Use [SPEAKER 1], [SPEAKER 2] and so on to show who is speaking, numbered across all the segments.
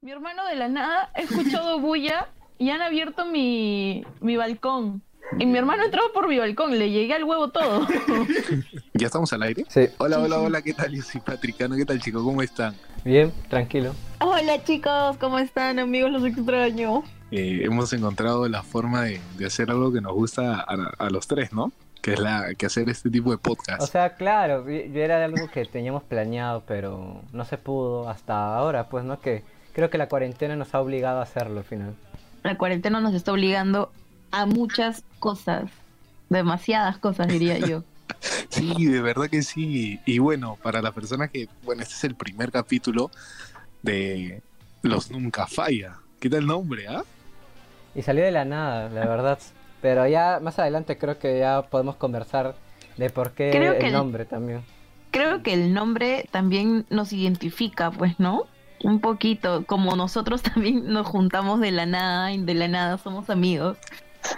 [SPEAKER 1] Mi hermano de la nada ha escuchado bulla y han abierto mi, mi balcón. Y mi hermano entró por mi balcón, le llegué al huevo todo.
[SPEAKER 2] ¿Ya estamos al aire?
[SPEAKER 3] Sí,
[SPEAKER 2] Hola, hola, hola, ¿qué tal? Yo soy Patricano, ¿qué tal, chicos? ¿Cómo están?
[SPEAKER 3] bien, tranquilo.
[SPEAKER 1] Hola chicos, ¿cómo están amigos? Los extraño.
[SPEAKER 2] Eh, hemos encontrado la forma de, de hacer algo que nos gusta a, a los tres, ¿no? Que es la que hacer este tipo de
[SPEAKER 3] O
[SPEAKER 2] podcast.
[SPEAKER 3] sea, claro, y- y era algo que teníamos planeado, pero no se pudo hasta ahora, pues no que creo que la cuarentena nos ha obligado a hacerlo al final.
[SPEAKER 1] La cuarentena nos está obligando a muchas cosas. Demasiadas cosas, diría yo.
[SPEAKER 2] Sí, de verdad que sí. Y bueno, para las personas que, bueno, este es el primer capítulo de Los Nunca Falla. ¿Qué tal el nombre, ah?
[SPEAKER 3] Y salió de la nada, la verdad. Pero ya más adelante creo que ya podemos conversar de por qué
[SPEAKER 1] Creo que
[SPEAKER 3] el
[SPEAKER 1] el-
[SPEAKER 3] nombre también.
[SPEAKER 1] Creo que el nombre también nos identifica, pues, ¿no? Un poquito, como nosotros también nos juntamos de la nada y de la nada somos amigos.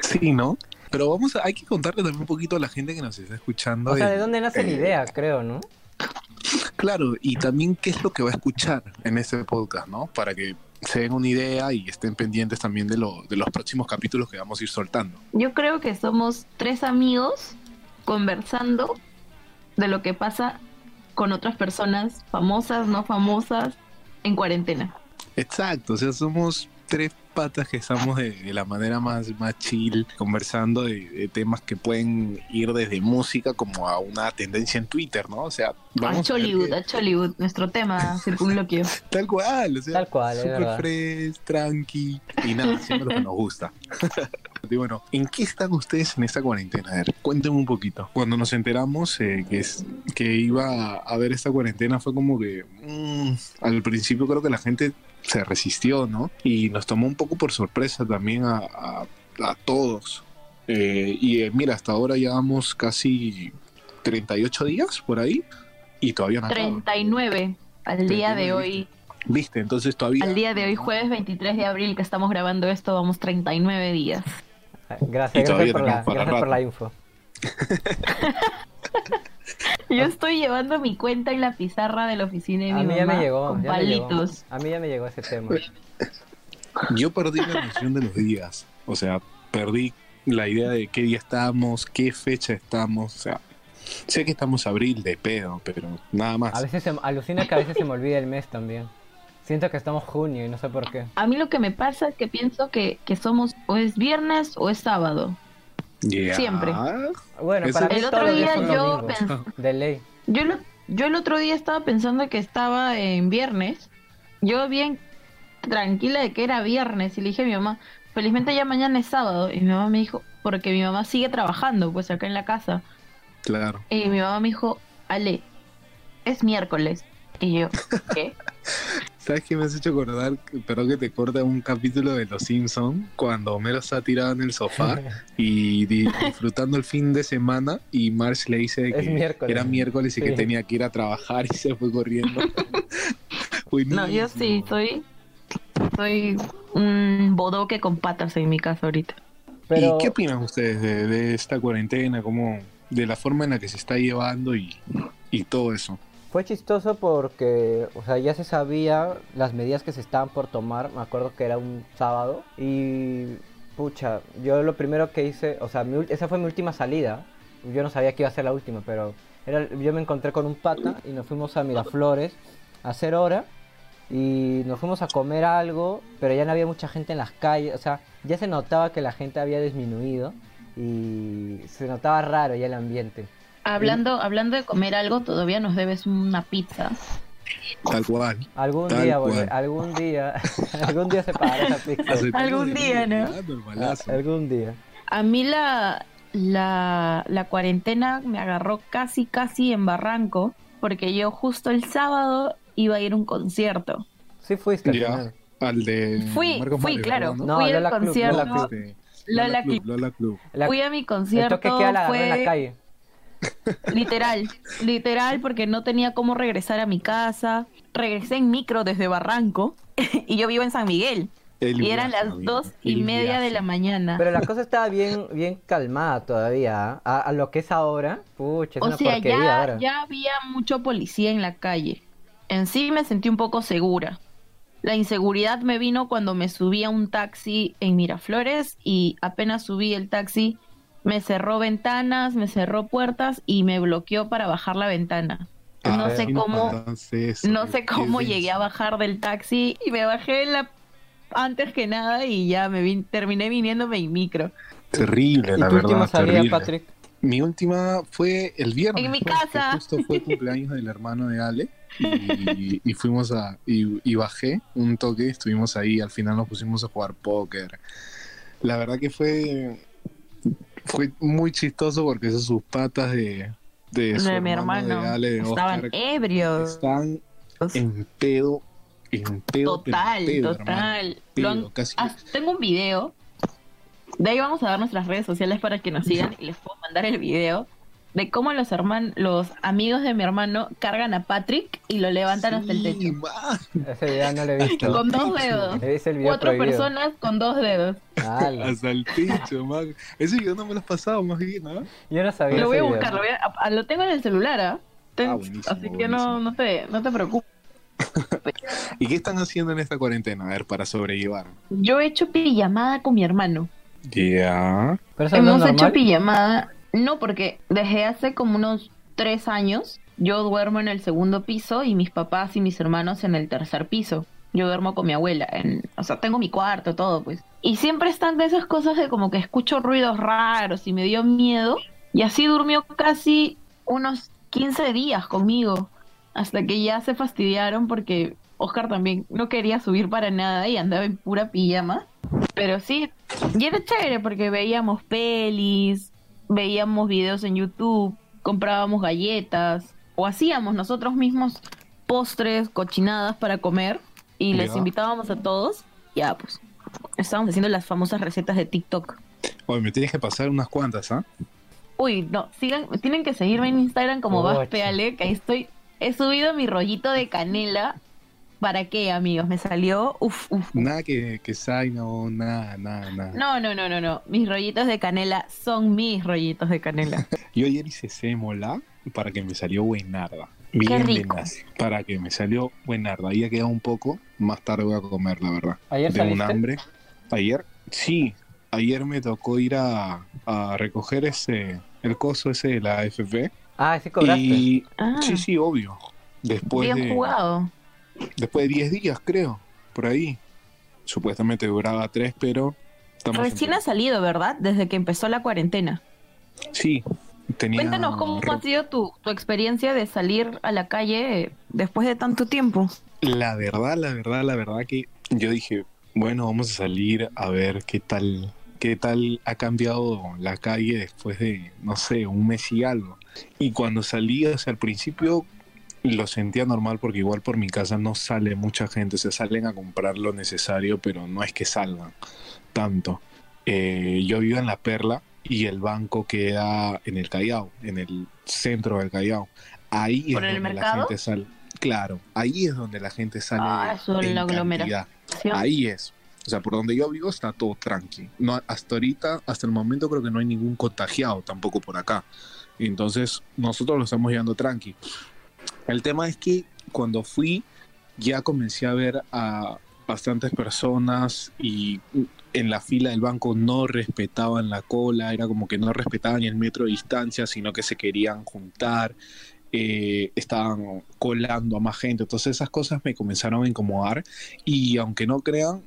[SPEAKER 2] Sí, ¿no? Pero vamos a, hay que contarle también un poquito a la gente que nos está escuchando.
[SPEAKER 3] O sea, de
[SPEAKER 2] el-
[SPEAKER 3] dónde nace la
[SPEAKER 2] eh,
[SPEAKER 3] idea, creo, ¿no?
[SPEAKER 2] Claro, y también qué es lo que va a escuchar en este podcast, ¿no? Para que se den una idea y estén pendientes también de, lo- de los próximos capítulos que vamos a ir soltando.
[SPEAKER 1] Yo creo que somos tres amigos conversando de lo que pasa con otras personas famosas, no famosas, en cuarentena.
[SPEAKER 2] Exacto, o sea, somos tres patas que estamos de, de la manera más, más chill, conversando de, de temas que pueden ir desde música como a una tendencia en Twitter, ¿no? O sea,
[SPEAKER 1] A
[SPEAKER 2] vamos eh, Ah, a ver
[SPEAKER 1] Chollywood,
[SPEAKER 2] que-
[SPEAKER 1] a Chollywood, nuestro tema, circunloquio.
[SPEAKER 2] tal cual, o sea,
[SPEAKER 3] Tal cual, es
[SPEAKER 2] super
[SPEAKER 3] verdad.
[SPEAKER 2] fresh, tranqui y nada, haciendo lo que nos gusta. Y bueno, ¿en qué están ustedes en esta cuarentena? A ver, cuéntenme un poquito. Cuando nos enteramos eh, que, es- que iba a haber esta cuarentena fue como que mm, al principio creo que la gente se resistió, ¿no? Y nos tomó un poco por sorpresa también a, a- a todos. Eh, y eh, mira, hasta ahora llevamos casi 38 días por ahí y todavía no acaba.
[SPEAKER 1] 39 al día de hoy,
[SPEAKER 2] Viste, entonces todavía...
[SPEAKER 1] al día de hoy, jueves 23 de abril que estamos grabando esto, vamos 39 días.
[SPEAKER 3] Ah,
[SPEAKER 2] Y
[SPEAKER 3] Gracias, gracias
[SPEAKER 2] todavía
[SPEAKER 3] por
[SPEAKER 2] tenemos
[SPEAKER 3] la,
[SPEAKER 2] para
[SPEAKER 3] gracias por la
[SPEAKER 2] rato.
[SPEAKER 3] info.
[SPEAKER 2] Ah.
[SPEAKER 1] Yo estoy llevando mi cuenta en la pizarra de la oficina de
[SPEAKER 3] A
[SPEAKER 1] mi
[SPEAKER 3] mí ya me
[SPEAKER 1] mamá
[SPEAKER 3] llegó,
[SPEAKER 1] con
[SPEAKER 3] ya me llegó.
[SPEAKER 1] palitos.
[SPEAKER 3] A mí ya me llegó ese tema.
[SPEAKER 2] Yo perdí la noción de los días. O sea, perdí la idea de qué día estamos, qué fecha estamos. O sea, sé que estamos abril de pedo, pero nada
[SPEAKER 3] A
[SPEAKER 2] más.
[SPEAKER 3] veces se, alucina que a veces se me olvida el mes también. Siento que estamos junio y no sé por qué.
[SPEAKER 1] A mí lo que me pasa es que pienso que, que somos o es viernes o es sábado.
[SPEAKER 2] Ya.
[SPEAKER 1] siempre.
[SPEAKER 3] Bueno,
[SPEAKER 2] Eso-
[SPEAKER 3] para mí
[SPEAKER 1] El
[SPEAKER 3] todos
[SPEAKER 1] otro
[SPEAKER 3] los días
[SPEAKER 1] día
[SPEAKER 3] son
[SPEAKER 1] yo
[SPEAKER 3] domingos,
[SPEAKER 1] pensé,
[SPEAKER 3] de ley.
[SPEAKER 1] yo, el o- yo el otro día estaba pensando que estaba en viernes. Yo bien tranquila de que era viernes y le dije a mi mamá, felizmente ya mañana es sábado. Y mi mamá me dijo, porque mi mamá sigue trabajando, pues acá en la casa.
[SPEAKER 2] Claro.
[SPEAKER 1] Y mi mamá me dijo, Ale, es miércoles. Y yo, ¿qué?
[SPEAKER 2] ¿Sabes qué me has hecho acordar? Espero que te corta un capítulo de Los Simpsons cuando Homero está tirado en el sofá y di- disfrutando el fin de semana y Marge le dice
[SPEAKER 3] Es
[SPEAKER 2] que
[SPEAKER 3] miércoles.
[SPEAKER 2] era miércoles y que
[SPEAKER 3] Sí.
[SPEAKER 2] tenía que ir a trabajar y se fue corriendo.
[SPEAKER 1] No, yo sí,
[SPEAKER 2] Buenísimo.
[SPEAKER 1] soy, soy un bodoque con patas en mi casa ahorita.
[SPEAKER 3] Pero
[SPEAKER 2] ¿Y qué opinan ustedes de, de esta cuarentena? ¿Cómo, de la forma en la que se está llevando y, y todo eso?
[SPEAKER 3] fue chistoso porque, o sea, ya se sabía las medidas que se estaban por tomar. Me acuerdo que era un sábado y pucha, yo lo primero que hice, o sea, mi ul- esa fue mi última salida. Yo no sabía que iba a ser la última, pero era, yo me encontré con un pata y nos fuimos a Miraflores a hacer hora y nos fuimos a comer algo, pero ya no había mucha gente en las calles, o sea, ya se notaba que la gente había disminuido y se notaba raro ya el ambiente.
[SPEAKER 1] Hablando, hablando de comer algo, todavía nos debes una pizza.
[SPEAKER 2] Tal cual.
[SPEAKER 3] Algún
[SPEAKER 2] Tal
[SPEAKER 3] día,
[SPEAKER 2] cual.
[SPEAKER 3] volver- algún día, algún día se pagará esa pizza.
[SPEAKER 2] Hace
[SPEAKER 1] Algún
[SPEAKER 2] tiempo
[SPEAKER 1] día,
[SPEAKER 2] venía
[SPEAKER 1] ¿no?
[SPEAKER 2] llegando el balazo.
[SPEAKER 3] Ah, Algún día.
[SPEAKER 1] A mí la, la, la cuarentena me agarró casi, casi en Barranco, porque yo justo el sábado iba a ir a un concierto.
[SPEAKER 3] Sí fuiste al
[SPEAKER 2] Ya.
[SPEAKER 3] final.
[SPEAKER 2] Al de
[SPEAKER 1] Fui,
[SPEAKER 2] Marcos
[SPEAKER 1] fui,
[SPEAKER 2] Mario,
[SPEAKER 1] claro.
[SPEAKER 2] ¿no?
[SPEAKER 3] No,
[SPEAKER 1] fui al
[SPEAKER 3] Lola Club,
[SPEAKER 1] concierto.
[SPEAKER 2] Lola
[SPEAKER 3] no.
[SPEAKER 2] Club. este,
[SPEAKER 1] Lola
[SPEAKER 2] Lola
[SPEAKER 1] Club.
[SPEAKER 2] Club. Lola Club.
[SPEAKER 3] La-
[SPEAKER 1] Fui a mi
[SPEAKER 3] el
[SPEAKER 1] concierto,
[SPEAKER 3] toque queda la agarró en la
[SPEAKER 1] fue
[SPEAKER 3] calle.
[SPEAKER 1] literal, literal, porque no tenía cómo regresar a mi casa. Regresé en micro desde Barranco y yo vivo en San Miguel.
[SPEAKER 2] El
[SPEAKER 1] y eran
[SPEAKER 2] viaje,
[SPEAKER 1] las
[SPEAKER 2] amigo,
[SPEAKER 1] dos y
[SPEAKER 2] el
[SPEAKER 1] media de
[SPEAKER 2] viaje.
[SPEAKER 1] la mañana.
[SPEAKER 3] Pero la cosa estaba bien, bien calmada todavía. ¿ah? A, a lo que es ahora, pucha, es
[SPEAKER 1] O
[SPEAKER 3] una
[SPEAKER 1] sea,
[SPEAKER 3] porquería
[SPEAKER 1] ya,
[SPEAKER 3] ahora.
[SPEAKER 1] ya había mucho policía en la calle. En sí me sentí un poco segura. La inseguridad me vino cuando me subí a un taxi en Miraflores y apenas subí el taxi me cerró ventanas, me cerró puertas y me bloqueó para bajar la ventana. no sé
[SPEAKER 2] Ah,
[SPEAKER 1] cómo, no
[SPEAKER 2] eh,
[SPEAKER 1] sé cómo llegué a bajar del taxi y me bajé la antes que nada y ya me vin- terminé viniéndome en micro.
[SPEAKER 2] Terrible,
[SPEAKER 3] ¿Y
[SPEAKER 2] la
[SPEAKER 3] tu última
[SPEAKER 2] verdad.
[SPEAKER 3] salida,
[SPEAKER 2] terrible.
[SPEAKER 3] Patrick?
[SPEAKER 2] Mi última fue el viernes.
[SPEAKER 1] En mi
[SPEAKER 2] ¿no?
[SPEAKER 1] casa.
[SPEAKER 2] Que Justo fue cumpleaños del hermano de Ale. Y, y fuimos a. Y, y bajé un toque, estuvimos ahí. Al final nos pusimos a jugar póker. La verdad que fue. Fue muy chistoso porque esas sus patas de. De, su
[SPEAKER 1] De mi
[SPEAKER 2] hermano. De
[SPEAKER 1] hermano.
[SPEAKER 2] Ale, de
[SPEAKER 1] Estaban
[SPEAKER 2] Oscar,
[SPEAKER 1] ebrios.
[SPEAKER 2] están en pedo. En pedo. pero
[SPEAKER 1] Total,
[SPEAKER 2] en pedo, hermano,
[SPEAKER 1] total. Lo han-
[SPEAKER 2] pedo, casi.
[SPEAKER 1] Ah, tengo un video. De ahí vamos a dar nuestras redes sociales para que nos sigan y les puedo mandar el video de cómo los herman los amigos de mi hermano cargan a Patrick y lo levantan hasta el
[SPEAKER 2] Sí,
[SPEAKER 1] techo.
[SPEAKER 2] man.
[SPEAKER 3] Ese video no lo he visto.
[SPEAKER 1] Con dos
[SPEAKER 2] techo.
[SPEAKER 1] dedos.
[SPEAKER 3] Es el video
[SPEAKER 1] Cuatro
[SPEAKER 3] prohibido.
[SPEAKER 1] personas con dos dedos.
[SPEAKER 3] Ala.
[SPEAKER 2] Hasta el techo, man. Ese video no me lo has pasado, más bien, ¿no?
[SPEAKER 3] Yo no sabía
[SPEAKER 1] Lo voy a
[SPEAKER 3] ese video.
[SPEAKER 1] buscar, lo, voy a- a- lo tengo en el celular, ¿ah? Ten-
[SPEAKER 2] Ah, buenísimo,
[SPEAKER 1] Así que
[SPEAKER 2] buenísimo.
[SPEAKER 1] no, no, te, no te preocupes.
[SPEAKER 2] ¿Y qué están haciendo en esta cuarentena? A ver, para sobrellevar.
[SPEAKER 1] Yo he hecho pijamada con mi hermano.
[SPEAKER 2] Ya.
[SPEAKER 3] Pero eso no es
[SPEAKER 1] Hemos
[SPEAKER 3] normal.
[SPEAKER 1] hecho pijamada. No, porque desde hace como unos tres años yo duermo en el segundo piso y mis papás y mis hermanos en el tercer piso. Yo duermo con mi abuela, en, o sea, tengo mi cuarto, todo, pues. Y siempre están de esas cosas de como que escucho ruidos raros y me dio miedo. Y así durmió casi unos 15 días conmigo, hasta que ya se fastidiaron porque Oscar también no quería subir para nada y andaba en pura pijama. Pero sí, y era chévere porque veíamos pelis, veíamos videos en YouTube, comprábamos galletas o hacíamos nosotros mismos postres, cochinadas para comer y les
[SPEAKER 2] Ya.
[SPEAKER 1] invitábamos a todos. Ya, pues, estábamos haciendo las famosas recetas de TikTok.
[SPEAKER 2] Oye, me tienes que pasar unas cuantas, ¿ah?
[SPEAKER 1] Uy, no, sigan, tienen que seguirme en Instagram como
[SPEAKER 3] Ocho.
[SPEAKER 1] Vaspeale, que ahí estoy. He subido mi rollito de canela. ¿Para qué, amigos? Me salió. Uf, uf.
[SPEAKER 2] Nada que, que sai, no, nada, nada, nada.
[SPEAKER 1] No, no, no, no, no. Mis rollitos de canela son mis rollitos de canela.
[SPEAKER 2] Yo ayer hice sémola para que me salió buenarda. Bien
[SPEAKER 1] rico.
[SPEAKER 2] buenas, Para que me salió buenarda. Ahí ha quedado un poco. Más tarde voy a comer, la verdad.
[SPEAKER 3] ¿Ayer
[SPEAKER 2] Tengo un
[SPEAKER 3] saliste?
[SPEAKER 2] hambre. Ayer, sí. Ayer me tocó ir a, a recoger ese, el coso ese de la AFP.
[SPEAKER 3] Ah, sí cobraste.
[SPEAKER 2] Y
[SPEAKER 1] Ah,
[SPEAKER 2] sí, pues, eh, sí, obvio. Después
[SPEAKER 1] bien
[SPEAKER 2] de,
[SPEAKER 1] jugado.
[SPEAKER 2] Después de 10 días, creo, por ahí. Supuestamente duraba 3, pero... estamos
[SPEAKER 1] Recién
[SPEAKER 2] en-
[SPEAKER 1] ha salido, ¿verdad? Desde que empezó la cuarentena.
[SPEAKER 2] Sí, tenía...
[SPEAKER 1] Cuéntanos cómo ha sido tu, tu experiencia de salir a la calle eh, después de tanto tiempo.
[SPEAKER 2] La verdad, la verdad, la verdad que yo dije, bueno, vamos a salir a ver qué tal, qué tal ha cambiado la calle después de, no sé, un mes y algo. Y cuando salí, o sea, al principio lo sentía normal porque igual por mi casa no sale mucha gente, se salen a comprar lo necesario, pero no es que salgan tanto. Eh, yo vivo en La Perla y el banco queda en el Callao, en el centro del Callao. Ahí es
[SPEAKER 1] ¿Por el
[SPEAKER 2] donde
[SPEAKER 1] mercado?
[SPEAKER 2] la gente sale. Claro, ahí es donde la gente sale.
[SPEAKER 1] Ah, eso es
[SPEAKER 2] en
[SPEAKER 1] la aglomera-
[SPEAKER 2] cantidad.
[SPEAKER 1] ¿Sí?
[SPEAKER 2] Ahí es. O sea, por donde yo vivo está todo tranqui. No, hasta ahorita, hasta el momento creo que no hay ningún contagiado tampoco por acá. Entonces, nosotros lo estamos llevando tranqui. El tema es que cuando fui, ya comencé a ver a bastantes personas y en la fila del banco no respetaban la cola, era como que no respetaban el metro de distancia, sino que se querían juntar, eh, estaban colando a más gente. Entonces esas cosas me comenzaron a incomodar y aunque no crean,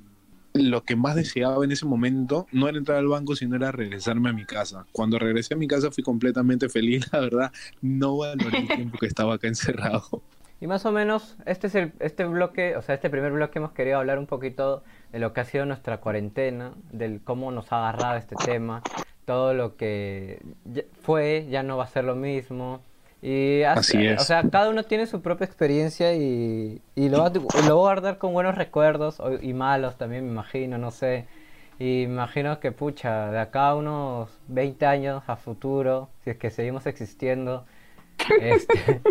[SPEAKER 2] lo que más deseaba en ese momento no era entrar al banco, sino era regresarme a mi casa. Cuando regresé a mi casa fui completamente feliz, la verdad, no valoré el tiempo que estaba acá encerrado.
[SPEAKER 3] Y más o menos, este es el, este bloque, o sea, este primer bloque hemos querido hablar un poquito de lo que ha sido nuestra cuarentena, del cómo nos ha agarrado este tema, todo lo que ya- fue, ya no va a ser lo mismo. Y ha-
[SPEAKER 2] Así es.
[SPEAKER 3] O sea, cada uno tiene su propia experiencia y, y lo, va, a- lo va a guardar con buenos recuerdos o- y malos también, me imagino, no sé. Y me imagino que, pucha, de acá a unos 20 años a futuro, si es que seguimos existiendo, este,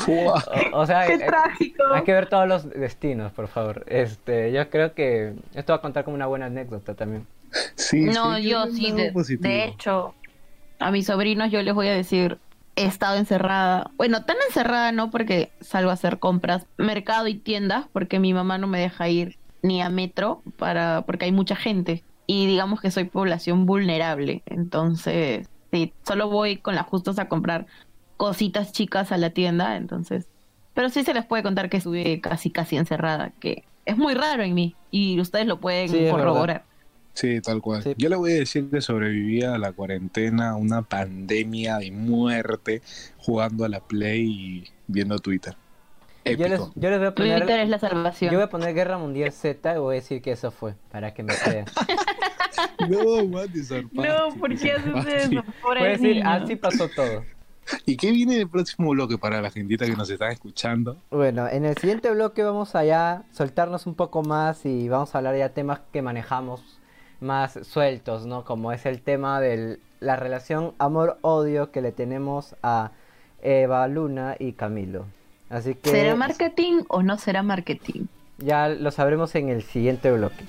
[SPEAKER 2] Fua.
[SPEAKER 3] o, o sea,
[SPEAKER 1] ¡Qué
[SPEAKER 3] eh,
[SPEAKER 1] trágico!
[SPEAKER 3] hay que ver todos los destinos, por favor. Este, yo creo que esto va a contar como una buena anécdota también.
[SPEAKER 2] Sí,
[SPEAKER 1] No,
[SPEAKER 2] sí,
[SPEAKER 1] yo
[SPEAKER 2] vi
[SPEAKER 1] sí,
[SPEAKER 2] algo
[SPEAKER 1] de,
[SPEAKER 2] positivo.
[SPEAKER 1] de hecho, a mis sobrinos yo les voy a decir, he estado encerrada. Bueno, tan encerrada no porque salgo a hacer compras, mercado y tiendas, porque mi mamá no me deja ir. ni a metro para porque hay mucha gente y digamos que soy población vulnerable, entonces sí, solo voy con las justas a comprar cositas chicas a la tienda, entonces, pero sí se les puede contar que estuve casi casi encerrada, que es muy raro en mí y ustedes lo pueden
[SPEAKER 3] Sí, es
[SPEAKER 1] corroborar.
[SPEAKER 2] Sí, tal cual.
[SPEAKER 3] Sí.
[SPEAKER 2] Yo le voy a decir que sobreviví a la cuarentena, a una pandemia de muerte, jugando a la Play y viendo Twitter.
[SPEAKER 3] Yo les,
[SPEAKER 2] Épico.
[SPEAKER 3] yo les voy a poner.
[SPEAKER 1] Twitter es la salvación.
[SPEAKER 3] Yo voy a poner Guerra Mundial Z y voy a decir que eso fue, para que me crean.
[SPEAKER 2] No, Mati, zarpaste,
[SPEAKER 1] No, ¿por qué haces
[SPEAKER 2] zarpaste.
[SPEAKER 1] eso? Por
[SPEAKER 3] Ah, Voy a decir, así pasó todo.
[SPEAKER 2] ¿Y qué viene del próximo bloque para la gentita que nos está escuchando?
[SPEAKER 3] Bueno, en el siguiente bloque vamos allá soltarnos un poco más y vamos a hablar ya temas que manejamos más sueltos, ¿no? Como es el tema de la relación amor-odio que le tenemos a Eva Luna y Camilo. Así que
[SPEAKER 1] ¿Será marketing o no será marketing?
[SPEAKER 3] ya lo sabremos en el siguiente bloque.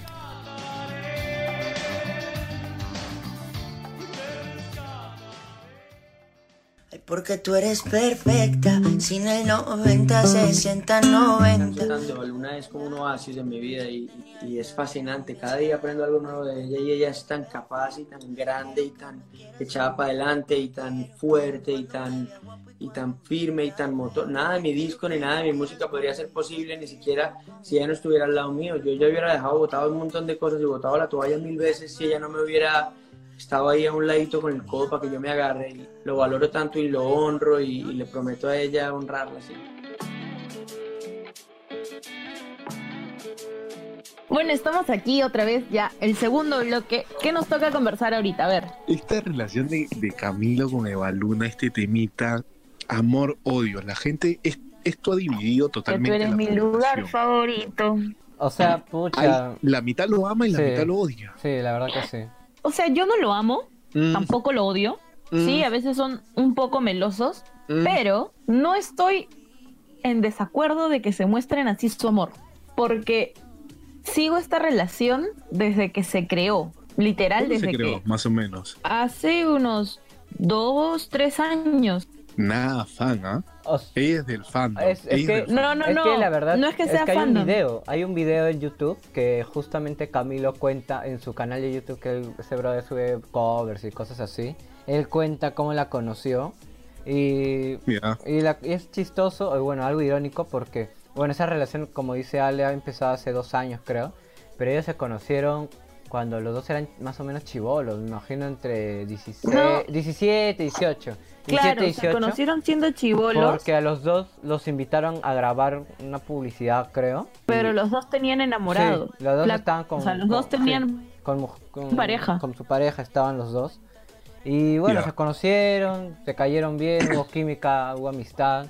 [SPEAKER 4] Ay, Porque tú eres perfecta, sin el 90, 60, 90.
[SPEAKER 5] tanto, Luna es como un oasis en mi vida y, y es fascinante. Cada día aprendo algo nuevo de ella y ella es tan capaz y tan grande y tan echada para adelante y tan fuerte y tan, y tan firme y tan motor. Nada de mi disco ni nada de mi música podría ser posible, ni siquiera si ella no estuviera al lado mío. Yo ya hubiera dejado botado un montón de cosas y botado la toalla mil veces si ella no me hubiera estaba ahí a un ladito con el codo para que yo me agarre y lo valoro tanto y lo honro y, y le prometo a ella honrarla siempre.
[SPEAKER 1] Bueno, estamos aquí otra vez ya, el segundo bloque. ¿Qué nos toca conversar ahorita? A ver.
[SPEAKER 2] Esta relación de, de Camilo con Evaluna, este temita, amor-odio, la gente, es- esto ha dividido totalmente a la población.
[SPEAKER 1] favorito.
[SPEAKER 3] O sea, pucha.
[SPEAKER 2] Hay- la mitad lo ama y la
[SPEAKER 3] Sí.
[SPEAKER 2] mitad lo odia.
[SPEAKER 3] Sí, la verdad que sí.
[SPEAKER 1] O sea, yo no lo amo,
[SPEAKER 3] Mm.
[SPEAKER 1] tampoco lo odio.
[SPEAKER 2] Mm.
[SPEAKER 1] Sí, a veces son un poco melosos,
[SPEAKER 2] Mm.
[SPEAKER 1] pero no estoy en desacuerdo de que se muestren así su amor, porque sigo esta relación desde que se creó, literal
[SPEAKER 2] ¿Cuándo se
[SPEAKER 1] desde
[SPEAKER 2] creó?
[SPEAKER 1] que
[SPEAKER 2] Más o menos.
[SPEAKER 1] hace unos dos, tres años.
[SPEAKER 2] Nada fan, ¿ah?
[SPEAKER 3] O sea,
[SPEAKER 2] Ella es del fan.
[SPEAKER 3] Es- es que-
[SPEAKER 1] No, no,
[SPEAKER 3] es
[SPEAKER 1] no.
[SPEAKER 3] que la verdad
[SPEAKER 1] no es que sea
[SPEAKER 3] hay un
[SPEAKER 1] fandom.
[SPEAKER 3] video, hay un video en YouTube que justamente Camilo cuenta en su canal de YouTube que él- ese brother sube covers y cosas así. Él cuenta cómo la conoció y
[SPEAKER 2] Mira,
[SPEAKER 3] y, la- y es chistoso, o bueno, algo irónico porque, bueno, esa relación, como dice Ale, ha empezado hace dos años, creo. Pero ellos se conocieron cuando los dos eran más o menos chivolos, me imagino entre 16,
[SPEAKER 1] No.
[SPEAKER 3] 17, 18. 17,
[SPEAKER 1] Claro, se
[SPEAKER 3] 18.
[SPEAKER 1] conocieron siendo chivolos,
[SPEAKER 3] Porque a los dos los invitaron a grabar una publicidad, creo.
[SPEAKER 1] pero los dos tenían enamorados.
[SPEAKER 3] Sí, los dos
[SPEAKER 1] La-
[SPEAKER 3] estaban con-
[SPEAKER 1] O sea, los
[SPEAKER 3] con-
[SPEAKER 1] dos tenían
[SPEAKER 3] Con, mu- con-
[SPEAKER 1] Pareja.
[SPEAKER 3] Con su pareja estaban los dos. Y bueno,
[SPEAKER 2] Ya.
[SPEAKER 3] se conocieron, se cayeron bien, hubo química, hubo amistad.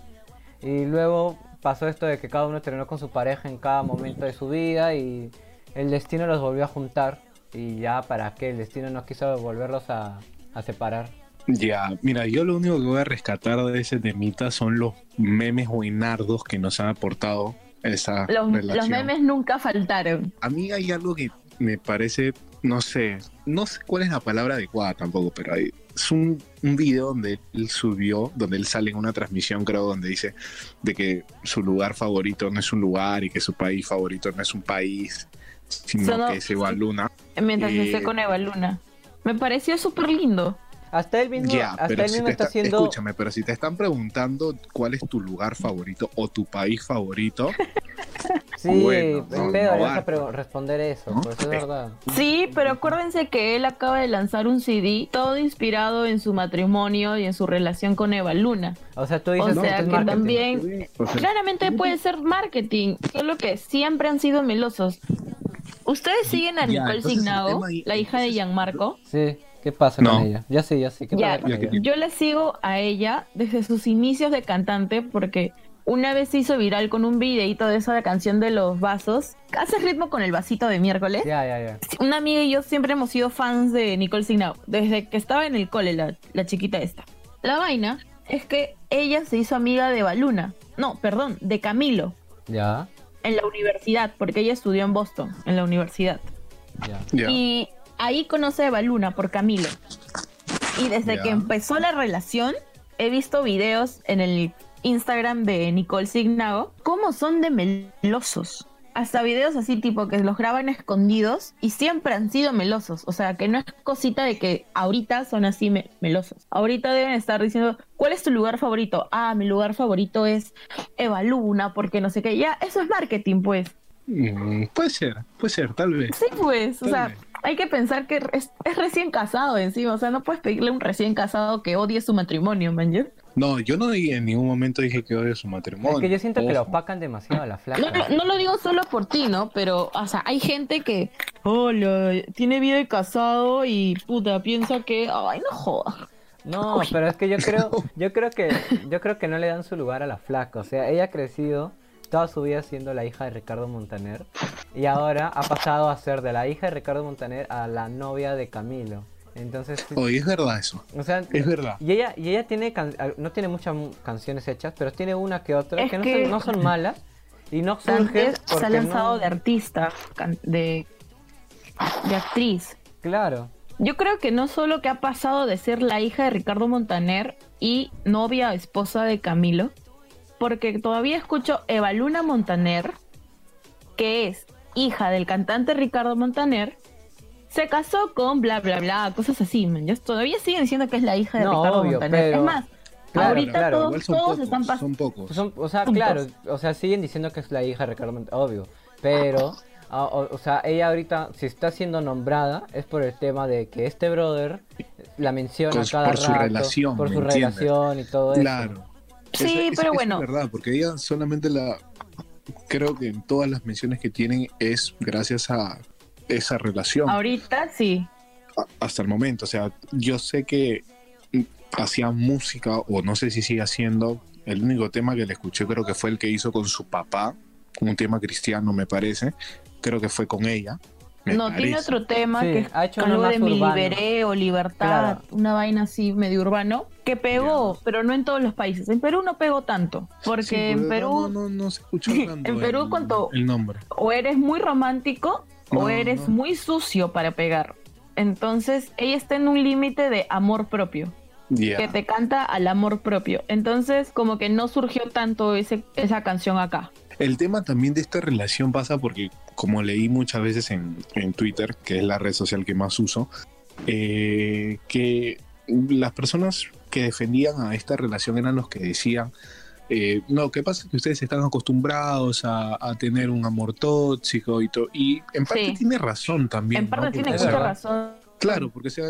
[SPEAKER 3] Y luego pasó esto de que cada uno terminó con su pareja en cada momento de su vida y el destino los volvió a juntar. Y ya, ¿para qué? El destino no quiso volverlos a, a separar.
[SPEAKER 2] ya, mira, yo lo único que voy a rescatar de ese temita son los memes buenardos que nos han aportado esa
[SPEAKER 1] Los, los
[SPEAKER 2] relación.
[SPEAKER 1] memes nunca faltaron.
[SPEAKER 2] A mí hay algo que me parece, no sé, no sé cuál es la palabra adecuada tampoco, pero hay, es un, un video donde él subió, donde él sale en una transmisión, creo, donde dice de que su lugar favorito no es un lugar y que su país favorito no es un país, sino
[SPEAKER 1] Solo-
[SPEAKER 2] que se va Luna.
[SPEAKER 1] Mientras
[SPEAKER 2] Eh,
[SPEAKER 1] que esté con Eva Luna. Me pareció súper lindo.
[SPEAKER 3] Hasta él mismo,
[SPEAKER 2] Ya,
[SPEAKER 3] hasta
[SPEAKER 2] pero
[SPEAKER 3] él
[SPEAKER 2] si
[SPEAKER 3] mismo
[SPEAKER 2] te
[SPEAKER 3] está
[SPEAKER 2] está-
[SPEAKER 3] haciendo...
[SPEAKER 2] escúchame, pero si te están preguntando cuál es tu lugar favorito o tu país favorito,
[SPEAKER 3] Sí,
[SPEAKER 2] Bueno,
[SPEAKER 3] pero
[SPEAKER 2] no,
[SPEAKER 3] deberías
[SPEAKER 2] no va.
[SPEAKER 3] apre- responder eso,
[SPEAKER 2] ¿No?
[SPEAKER 3] pues es
[SPEAKER 2] Eh.
[SPEAKER 3] verdad.
[SPEAKER 1] Sí, pero acuérdense que él acaba de lanzar un CD todo inspirado en su matrimonio y en su relación con Eva Luna.
[SPEAKER 3] O sea, tú
[SPEAKER 1] O
[SPEAKER 3] dices
[SPEAKER 1] sea,
[SPEAKER 3] esto es
[SPEAKER 1] que
[SPEAKER 3] marketing.
[SPEAKER 1] también...
[SPEAKER 2] o sea,
[SPEAKER 1] Claramente puede ser marketing, solo que siempre han sido melosos. ¿Ustedes siguen a
[SPEAKER 2] Ya,
[SPEAKER 1] Nicole
[SPEAKER 2] entonces el
[SPEAKER 1] Signao,
[SPEAKER 2] tema ahí-
[SPEAKER 1] la hija de
[SPEAKER 2] entonces-
[SPEAKER 1] Gianmarco?
[SPEAKER 3] Sí, ¿qué pasa
[SPEAKER 2] No.
[SPEAKER 3] con ella? Ya sí, ya sí, ¿qué
[SPEAKER 1] Ya,
[SPEAKER 3] pasa con
[SPEAKER 2] ya que
[SPEAKER 3] ella?
[SPEAKER 2] tiene-
[SPEAKER 1] Yo la sigo a ella desde sus inicios de cantante porque una vez se hizo viral con un videíto de esa de canción de los vasos. Hace ritmo con el vasito de miércoles.
[SPEAKER 3] Ya, ya, ya.
[SPEAKER 1] Una amiga y yo siempre hemos sido fans de Nicole Signao desde que estaba en el cole, la, la chiquita esta. La vaina es que ella se hizo amiga de Baluna. No, perdón, de Camilo
[SPEAKER 3] Ya,
[SPEAKER 1] en la universidad, porque ella estudió en Boston, en la universidad.
[SPEAKER 3] ya.
[SPEAKER 2] ya.
[SPEAKER 1] Y ahí conoce a Baluna por Camilo. Y desde
[SPEAKER 2] Ya.
[SPEAKER 1] que empezó la relación, he visto videos en el Instagram de Nicole Signago, cómo son de melosos. hasta videos así tipo que los graban escondidos y siempre han sido melosos. O sea, que no es cosita de que ahorita son así me- melosos. Ahorita deben estar diciendo, ¿cuál es tu lugar favorito? Ah, mi lugar favorito es Eva Luna, porque no sé qué. Ya, eso es marketing, pues.
[SPEAKER 2] Mm, puede ser, puede ser, tal vez.
[SPEAKER 1] Sí, pues. O sea,
[SPEAKER 2] Dale.
[SPEAKER 1] hay que pensar que es, es recién casado encima. O sea, no puedes pedirle a un recién casado que odie su matrimonio, man. ¿ya?
[SPEAKER 2] No, yo no dije, en ningún momento dije que odio su matrimonio.
[SPEAKER 3] Es que yo siento que la
[SPEAKER 2] Ojo.
[SPEAKER 3] opacan demasiado a la
[SPEAKER 1] No,
[SPEAKER 3] flaca.
[SPEAKER 1] no- no lo digo solo por ti, ¿no? Pero, o sea, hay gente que, hola, tiene vida de casado y puta, piensa que, ay, no joda.
[SPEAKER 3] No, pero es que yo creo, yo creo que, yo creo que no le dan su lugar a la flaca. O sea, ella ha crecido toda su vida siendo la hija de Ricardo Montaner y ahora ha pasado a ser de la hija de Ricardo Montaner a la novia de Camilo. Entonces, sí-
[SPEAKER 2] Oye, es verdad eso.
[SPEAKER 3] o sea,
[SPEAKER 2] Es verdad.
[SPEAKER 3] y ella, y ella tiene, can- al- no tiene muchas mu- canciones hechas, pero tiene una que otra
[SPEAKER 1] Es
[SPEAKER 3] que, No,
[SPEAKER 1] que-
[SPEAKER 3] son, no son malas y no surge
[SPEAKER 1] Antes se
[SPEAKER 3] porque
[SPEAKER 1] ha lanzado
[SPEAKER 3] no-
[SPEAKER 1] de artista, can- de, de actriz.
[SPEAKER 3] claro.
[SPEAKER 1] Yo creo que no solo que ha pasado de ser la hija de Ricardo Montaner y novia o esposa de Camilo, porque todavía escucho Evaluna Montaner, que es hija del cantante Ricardo Montaner, se casó con bla bla bla, cosas así, man. Yo todavía siguen diciendo que es la hija de
[SPEAKER 3] No,
[SPEAKER 1] Ricardo
[SPEAKER 3] obvio,
[SPEAKER 1] Montaner.
[SPEAKER 3] pero-
[SPEAKER 1] Es más,
[SPEAKER 3] Claro,
[SPEAKER 1] ahorita
[SPEAKER 3] claro,
[SPEAKER 1] todos,
[SPEAKER 2] igual son
[SPEAKER 1] todos
[SPEAKER 2] pocos,
[SPEAKER 1] están pasando.
[SPEAKER 2] son pocos.
[SPEAKER 3] Pues son- o sea,
[SPEAKER 1] Puntos.
[SPEAKER 3] claro, o sea, siguen diciendo que es la hija de Ricardo Montaner, obvio. Pero, a- o, o sea, ella ahorita, si está siendo nombrada, es por el tema de que este brother la menciona
[SPEAKER 2] Con-
[SPEAKER 3] cada
[SPEAKER 2] Pues por su
[SPEAKER 3] rato,
[SPEAKER 2] relación,
[SPEAKER 3] Por
[SPEAKER 2] ¿me
[SPEAKER 3] su
[SPEAKER 2] entiendes?
[SPEAKER 3] relación y todo eso.
[SPEAKER 2] Claro.
[SPEAKER 1] Sí,
[SPEAKER 2] Esa- esa-
[SPEAKER 1] pero
[SPEAKER 2] esa
[SPEAKER 1] bueno.
[SPEAKER 2] Es verdad, porque ella solamente la. Creo que en todas las menciones que tienen es gracias a esa relación
[SPEAKER 1] Ahorita sí.
[SPEAKER 2] a- hasta el momento. O sea, yo sé que mm, hacía música, o no sé si sigue haciendo. El único tema que le escuché creo que fue el que hizo con su papá, un tema cristiano, me parece. Creo que fue con ella. me
[SPEAKER 1] no, tiene
[SPEAKER 2] parece.
[SPEAKER 1] otro tema
[SPEAKER 3] Sí,
[SPEAKER 1] que es
[SPEAKER 3] ha hecho uno
[SPEAKER 1] algo
[SPEAKER 3] más
[SPEAKER 1] de mi
[SPEAKER 3] urbano.
[SPEAKER 1] liberé o libertad,
[SPEAKER 3] Claro.
[SPEAKER 1] una vaina así medio urbano, que pegó, pero no en todos los países. En Perú no pegó tanto, porque
[SPEAKER 2] Sí,
[SPEAKER 1] en
[SPEAKER 2] pero
[SPEAKER 1] Perú
[SPEAKER 2] No, no, no se escuchó tanto
[SPEAKER 1] En Perú,
[SPEAKER 2] el-
[SPEAKER 1] ¿cuánto?
[SPEAKER 2] El nombre.
[SPEAKER 1] o eres muy romántico
[SPEAKER 2] No,
[SPEAKER 1] o eres
[SPEAKER 2] no.
[SPEAKER 1] muy sucio para pegar. Entonces, ella está en un límite de amor propio,
[SPEAKER 2] Ya.
[SPEAKER 1] que te canta al amor propio. Entonces, como que no surgió tanto ese, esa canción acá.
[SPEAKER 2] El tema también de esta relación pasa porque, como leí muchas veces en, en Twitter, que es la red social que más uso, eh, que las personas que defendían a esta relación eran los que decían, eh, no, ¿qué pasa? Que ustedes están acostumbrados a, a tener un amor tóxico y todo. Y en parte
[SPEAKER 1] Sí.
[SPEAKER 2] tiene razón también.
[SPEAKER 1] en parte
[SPEAKER 2] ¿no?
[SPEAKER 1] tiene
[SPEAKER 2] Porque,
[SPEAKER 3] es
[SPEAKER 2] o
[SPEAKER 1] mucha
[SPEAKER 2] sea,
[SPEAKER 3] verdad.
[SPEAKER 1] razón.
[SPEAKER 2] Claro, porque o sea,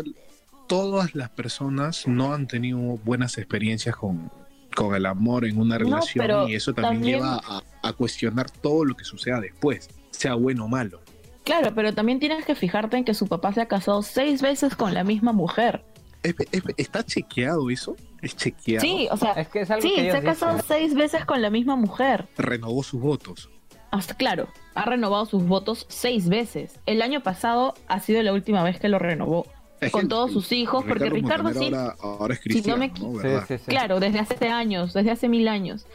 [SPEAKER 2] todas las personas no han tenido buenas experiencias con, con el amor en una
[SPEAKER 1] No,
[SPEAKER 2] relación
[SPEAKER 1] pero
[SPEAKER 2] y eso
[SPEAKER 1] también-
[SPEAKER 2] también, lleva a, a cuestionar todo lo que suceda después, sea bueno o malo.
[SPEAKER 1] Claro, pero también tienes que fijarte en que su papá se ha casado seis veces con la misma mujer.
[SPEAKER 2] ¿Es- es- ¿Está chequeado eso? ¿Es chequeado?
[SPEAKER 1] Sí, o sea,
[SPEAKER 3] Es que es algo
[SPEAKER 1] sí,
[SPEAKER 3] que
[SPEAKER 1] se
[SPEAKER 3] ellos
[SPEAKER 1] ha casado
[SPEAKER 3] dicen.
[SPEAKER 1] seis veces con la misma mujer.
[SPEAKER 2] Renovó sus votos.
[SPEAKER 1] Hasta, claro, ha renovado sus votos seis veces. El año pasado ha sido la última vez que lo renovó.
[SPEAKER 2] Es
[SPEAKER 1] Con
[SPEAKER 2] que
[SPEAKER 1] todos sus hijos, porque Ricardo
[SPEAKER 2] Montaner
[SPEAKER 1] sí,
[SPEAKER 2] ahora, ahora es
[SPEAKER 1] si no
[SPEAKER 2] cristiano,
[SPEAKER 1] me
[SPEAKER 2] ¿no?
[SPEAKER 3] Sí,
[SPEAKER 2] ¿Verdad?
[SPEAKER 3] sí, sí.
[SPEAKER 1] claro, desde hace años, desde hace mil años.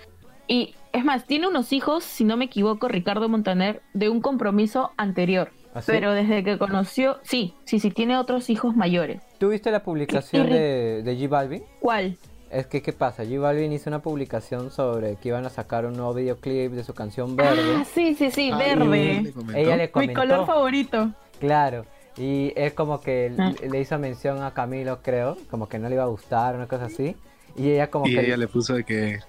[SPEAKER 1] Y es más, tiene unos hijos, si no me equivoco, Ricardo Montaner, de un compromiso anterior.
[SPEAKER 3] ¿Así?
[SPEAKER 1] Pero desde que conoció, sí, sí, sí, tiene otros hijos mayores.
[SPEAKER 3] ¿Tú viste la publicación
[SPEAKER 1] Y- y-
[SPEAKER 3] de, de G Balvin?
[SPEAKER 1] ¿Cuál?
[SPEAKER 3] Es que, ¿qué pasa? G Balvin hizo una publicación sobre que iban a sacar un nuevo videoclip de su canción Verde.
[SPEAKER 1] Ah, sí, sí, sí,
[SPEAKER 2] Ah,
[SPEAKER 1] verde.
[SPEAKER 2] le comentó.
[SPEAKER 3] Ella le
[SPEAKER 1] Mi
[SPEAKER 3] comentó.
[SPEAKER 1] color favorito.
[SPEAKER 3] Claro, y es como que
[SPEAKER 1] Ah.
[SPEAKER 3] le- le hizo mención a Camilo, creo, como que no le iba a gustar, una cosa así. Y ella como
[SPEAKER 2] Y
[SPEAKER 3] que...
[SPEAKER 2] ella le puso de que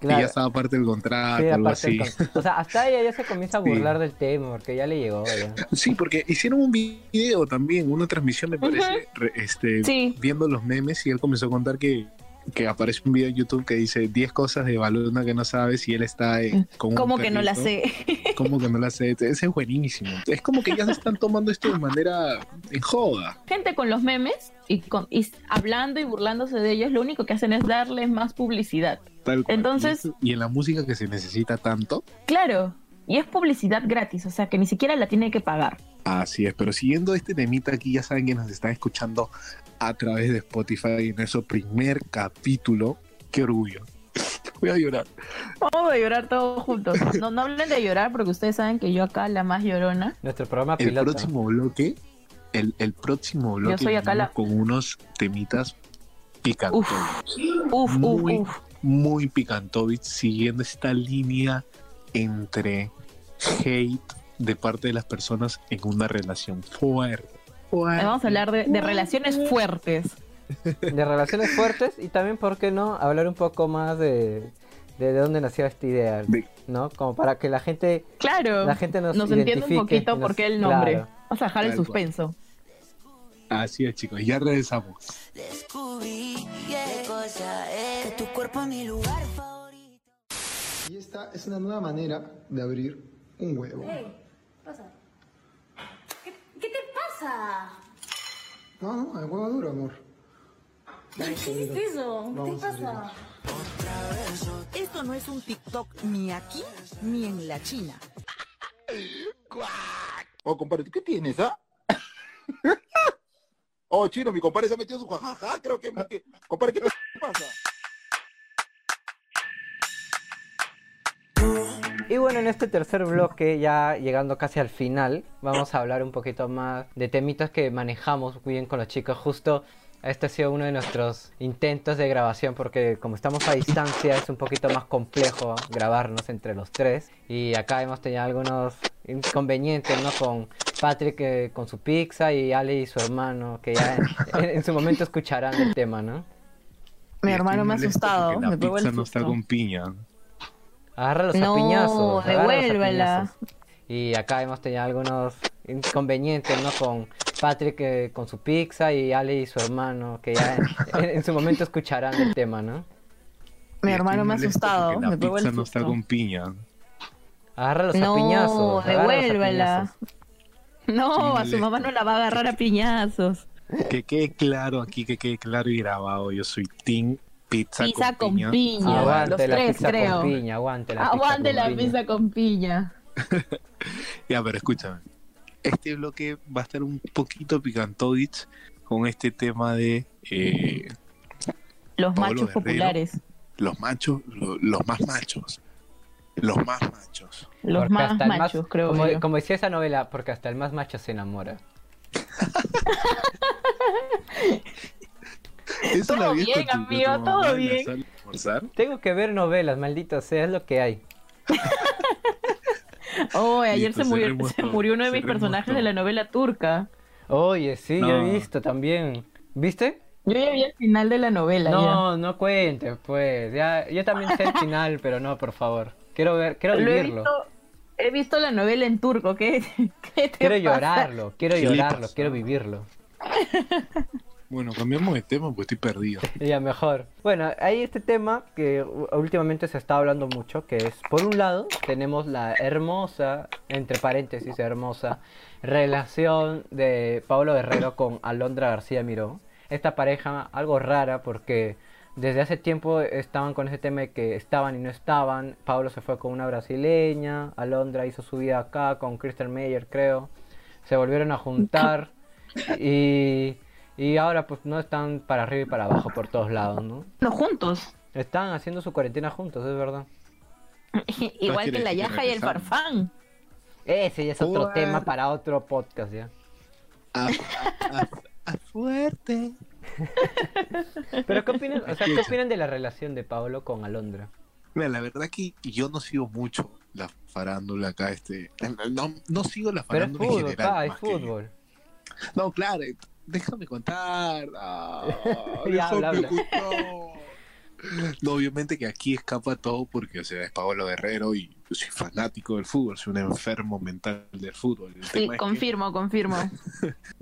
[SPEAKER 3] claro,
[SPEAKER 2] ella estaba parte del contrato,
[SPEAKER 3] sí,
[SPEAKER 2] algo
[SPEAKER 3] aparte
[SPEAKER 2] así.
[SPEAKER 3] del con- O sea, hasta ella ya se comienza a
[SPEAKER 2] Sí.
[SPEAKER 3] burlar del tema, porque ya le llegó. ya.
[SPEAKER 2] Sí, porque hicieron un video también, una transmisión, me parece, re- este,
[SPEAKER 1] Sí.
[SPEAKER 2] viendo los memes y él comenzó a contar que, que aparece un video en YouTube que dice 10 cosas de Baluna que no sabes y él está eh, con un
[SPEAKER 1] Como que no la
[SPEAKER 2] perrito.
[SPEAKER 1] sé.
[SPEAKER 2] Como que no la sé. Ese es buenísimo. Es como que ya se están tomando esto de manera en joda.
[SPEAKER 1] gente con los memes y, con, y hablando y burlándose de ellos, lo único que hacen es darles más publicidad.
[SPEAKER 2] Tal cual.
[SPEAKER 1] Entonces-
[SPEAKER 2] Y eso- Y en la música que se necesita tanto.
[SPEAKER 1] Claro, y es publicidad gratis, o sea que ni siquiera la tiene que pagar.
[SPEAKER 2] Así es, pero siguiendo este temita aquí, ya saben que nos están escuchando a través de Spotify en nuestro primer capítulo. Qué orgullo. Voy a llorar.
[SPEAKER 1] Vamos a llorar todos juntos. No, no hablen de llorar porque ustedes saben que yo acá la más llorona.
[SPEAKER 3] Nuestro programa
[SPEAKER 2] el
[SPEAKER 3] piloto.
[SPEAKER 2] próximo bloque, el, el próximo bloque
[SPEAKER 1] soy acá
[SPEAKER 2] venimos
[SPEAKER 1] la-
[SPEAKER 2] con unos temitas picantovic,
[SPEAKER 1] Uf, uf, uf,
[SPEAKER 2] Muy-
[SPEAKER 1] uf.
[SPEAKER 2] muy picantovic, siguiendo esta línea entre hate de parte de las personas en una relación fuerte. fuerte.
[SPEAKER 1] Vamos a hablar de, de relaciones fuertes.
[SPEAKER 3] de relaciones fuertes y también, ¿por qué no?, hablar un poco más de, de dónde nació esta idea,
[SPEAKER 2] De-
[SPEAKER 3] ¿no? Como para que la gente,
[SPEAKER 1] Claro.
[SPEAKER 3] la gente nos,
[SPEAKER 1] nos entiende un
[SPEAKER 3] identifique,
[SPEAKER 1] poquito
[SPEAKER 3] nos-
[SPEAKER 1] por qué el nombre.
[SPEAKER 3] claro.
[SPEAKER 1] Vamos a dejar el
[SPEAKER 2] Tal cual.
[SPEAKER 1] suspenso.
[SPEAKER 2] Así es, chicos. Ya regresamos.
[SPEAKER 4] Descubrí qué cosa es que tu cuerpo es mi lugar favorito.
[SPEAKER 6] Y esta es una nueva manera de abrir un huevo.
[SPEAKER 7] Hey, pasa. ¿Qué, qué te pasa?
[SPEAKER 6] No, no, el huevo duro, amor.
[SPEAKER 7] ¿Qué hiciste eso? ¿Qué te
[SPEAKER 6] Vamos a
[SPEAKER 7] pasa?
[SPEAKER 8] Esto no es un TikTok ni aquí ni en la China.
[SPEAKER 9] Oh, compadre, ¿tú ¿qué tienes, ah? oh, chino, mi compadre se ha metido su jajaja, creo que... que- Compadre, ¿qué te pasa?
[SPEAKER 3] Y bueno, en este tercer bloque, ya llegando casi al final, vamos a hablar un poquito más de temitas que manejamos muy bien con los chicos. Justo este ha sido uno de nuestros intentos de grabación porque como estamos a distancia es un poquito más complejo grabarnos entre los tres. Y acá hemos tenido algunos inconvenientes, ¿no? Con Patrick eh, con su pizza y Ale y su hermano, que ya en, en- en su momento escucharán el tema, ¿no?
[SPEAKER 1] Mi
[SPEAKER 2] Y estoy
[SPEAKER 1] hermano me ha
[SPEAKER 2] molesto
[SPEAKER 1] asustado.
[SPEAKER 2] porque La
[SPEAKER 1] Me pegó el
[SPEAKER 2] pizza no está
[SPEAKER 1] susto.
[SPEAKER 2] con piña.
[SPEAKER 3] Agarra los
[SPEAKER 1] No,
[SPEAKER 3] apiñazos. agarra los
[SPEAKER 1] devuélvela.
[SPEAKER 3] apiñazos. Y acá hemos tenido algunos inconvenientes, ¿no? Con Patrick eh, con su pizza y Ale y su hermano, que ya en, en- en su momento escucharán el tema, ¿no?
[SPEAKER 1] Mi
[SPEAKER 2] Y estoy
[SPEAKER 1] hermano me ha
[SPEAKER 2] molesto
[SPEAKER 1] asustado.
[SPEAKER 2] porque La
[SPEAKER 1] Me pegó el
[SPEAKER 2] pizza no
[SPEAKER 1] susto.
[SPEAKER 2] está con piña.
[SPEAKER 3] Agarra los
[SPEAKER 1] No,
[SPEAKER 3] apiñazos. agarra los
[SPEAKER 1] devuélvela.
[SPEAKER 3] apiñazos.
[SPEAKER 1] No, a su
[SPEAKER 2] Molesto.
[SPEAKER 1] mamá no la va a agarrar a piñazos.
[SPEAKER 2] Que quede claro aquí, que quede claro y grabado. Yo soy Team Pizza,
[SPEAKER 1] Pizza
[SPEAKER 2] con
[SPEAKER 1] con
[SPEAKER 2] piña.
[SPEAKER 1] piña. Los
[SPEAKER 3] Aguante la
[SPEAKER 1] tres,
[SPEAKER 3] pizza
[SPEAKER 1] creo.
[SPEAKER 3] con piña, aguante la pizza
[SPEAKER 1] Aguante
[SPEAKER 3] con
[SPEAKER 1] la
[SPEAKER 3] piña.
[SPEAKER 1] pizza con piña.
[SPEAKER 2] Ya, pero escúchame. Este bloque va a estar un poquito picantodich con este tema de eh,
[SPEAKER 1] Los
[SPEAKER 2] Pablo
[SPEAKER 1] machos
[SPEAKER 2] Guerrero.
[SPEAKER 1] populares.
[SPEAKER 2] los machos, lo- los más machos. Los más machos.
[SPEAKER 1] Los
[SPEAKER 3] Porque
[SPEAKER 1] más
[SPEAKER 3] hasta el más-
[SPEAKER 1] machos, creo
[SPEAKER 3] como,
[SPEAKER 1] yo.
[SPEAKER 3] como decía esa novela, porque hasta el más macho se enamora.
[SPEAKER 2] Eso
[SPEAKER 1] Todo
[SPEAKER 2] habías
[SPEAKER 1] bien,
[SPEAKER 2] contado tu
[SPEAKER 1] amigo,
[SPEAKER 2] mamá
[SPEAKER 1] todo
[SPEAKER 2] en la
[SPEAKER 1] bien.
[SPEAKER 2] sala de almorzar.
[SPEAKER 3] Tengo que ver novelas, maldita sea, es lo que hay.
[SPEAKER 1] Oh, ayer
[SPEAKER 2] Listo,
[SPEAKER 1] se murió,
[SPEAKER 2] cerremos
[SPEAKER 1] se
[SPEAKER 2] todo,
[SPEAKER 1] murió uno de mis
[SPEAKER 2] cerremos
[SPEAKER 1] personajes
[SPEAKER 2] todo.
[SPEAKER 1] de la novela turca.
[SPEAKER 3] Oye, sí, yo
[SPEAKER 2] No.
[SPEAKER 3] he visto también. ¿Viste?
[SPEAKER 1] Yo ya vi el final de la novela. ya.
[SPEAKER 3] No, no cuentes, pues. Ya, yo también sé el final, pero no, por favor. Quiero ver, quiero
[SPEAKER 1] Lo he
[SPEAKER 3] vivirlo.
[SPEAKER 1] visto, he visto la novela en turco. ¿Qué, qué te
[SPEAKER 3] Quiero
[SPEAKER 1] pasa?
[SPEAKER 3] llorarlo, quiero
[SPEAKER 2] ¿Qué le
[SPEAKER 3] llorarlo,
[SPEAKER 2] pasa?
[SPEAKER 3] quiero vivirlo.
[SPEAKER 2] Bueno, cambiamos de tema porque estoy perdido.
[SPEAKER 3] Ya mejor. Bueno, hay este tema que u- últimamente se está hablando mucho, que es, por un lado, tenemos la hermosa, entre paréntesis, hermosa relación de Pablo Guerrero con Alondra García Miró. Esta pareja algo rara porque desde hace tiempo estaban con ese tema de que estaban y no estaban. Pablo se fue con una brasileña, Alondra hizo su vida acá con Kristen Meyer, creo. Se volvieron a juntar y, y ahora pues no están para arriba y para abajo por todos lados, ¿no?
[SPEAKER 1] No, juntos.
[SPEAKER 3] Están haciendo su cuarentena juntos, es verdad.
[SPEAKER 1] Igual
[SPEAKER 2] quiere
[SPEAKER 1] que la
[SPEAKER 2] decir que
[SPEAKER 1] Yaja y el
[SPEAKER 2] regresaron.
[SPEAKER 1] Farfán.
[SPEAKER 3] Ese ya es otro
[SPEAKER 2] Fuerte.
[SPEAKER 3] tema para otro podcast ya.
[SPEAKER 2] A, a- a fuerte.
[SPEAKER 3] Pero ¿qué opinan, o sea, ¿qué
[SPEAKER 2] Escucha.
[SPEAKER 3] opinan de la relación de Pablo con Alondra?
[SPEAKER 2] Mira, la verdad que yo no sigo mucho la farándula acá, este. No, no sigo la
[SPEAKER 3] Pero es
[SPEAKER 2] farándula en
[SPEAKER 3] fútbol,
[SPEAKER 2] general.
[SPEAKER 3] pa, es
[SPEAKER 2] más que-
[SPEAKER 3] fútbol.
[SPEAKER 2] No, claro, eh, déjame contar. Ah, déjame
[SPEAKER 3] habla, habla.
[SPEAKER 2] contar. No, obviamente que aquí escapa todo porque, o sea, es Pablo Guerrero y yo soy fanático del fútbol, soy un enfermo mental del fútbol. El
[SPEAKER 1] Sí,
[SPEAKER 2] tema es que
[SPEAKER 1] confirmo, confirmo.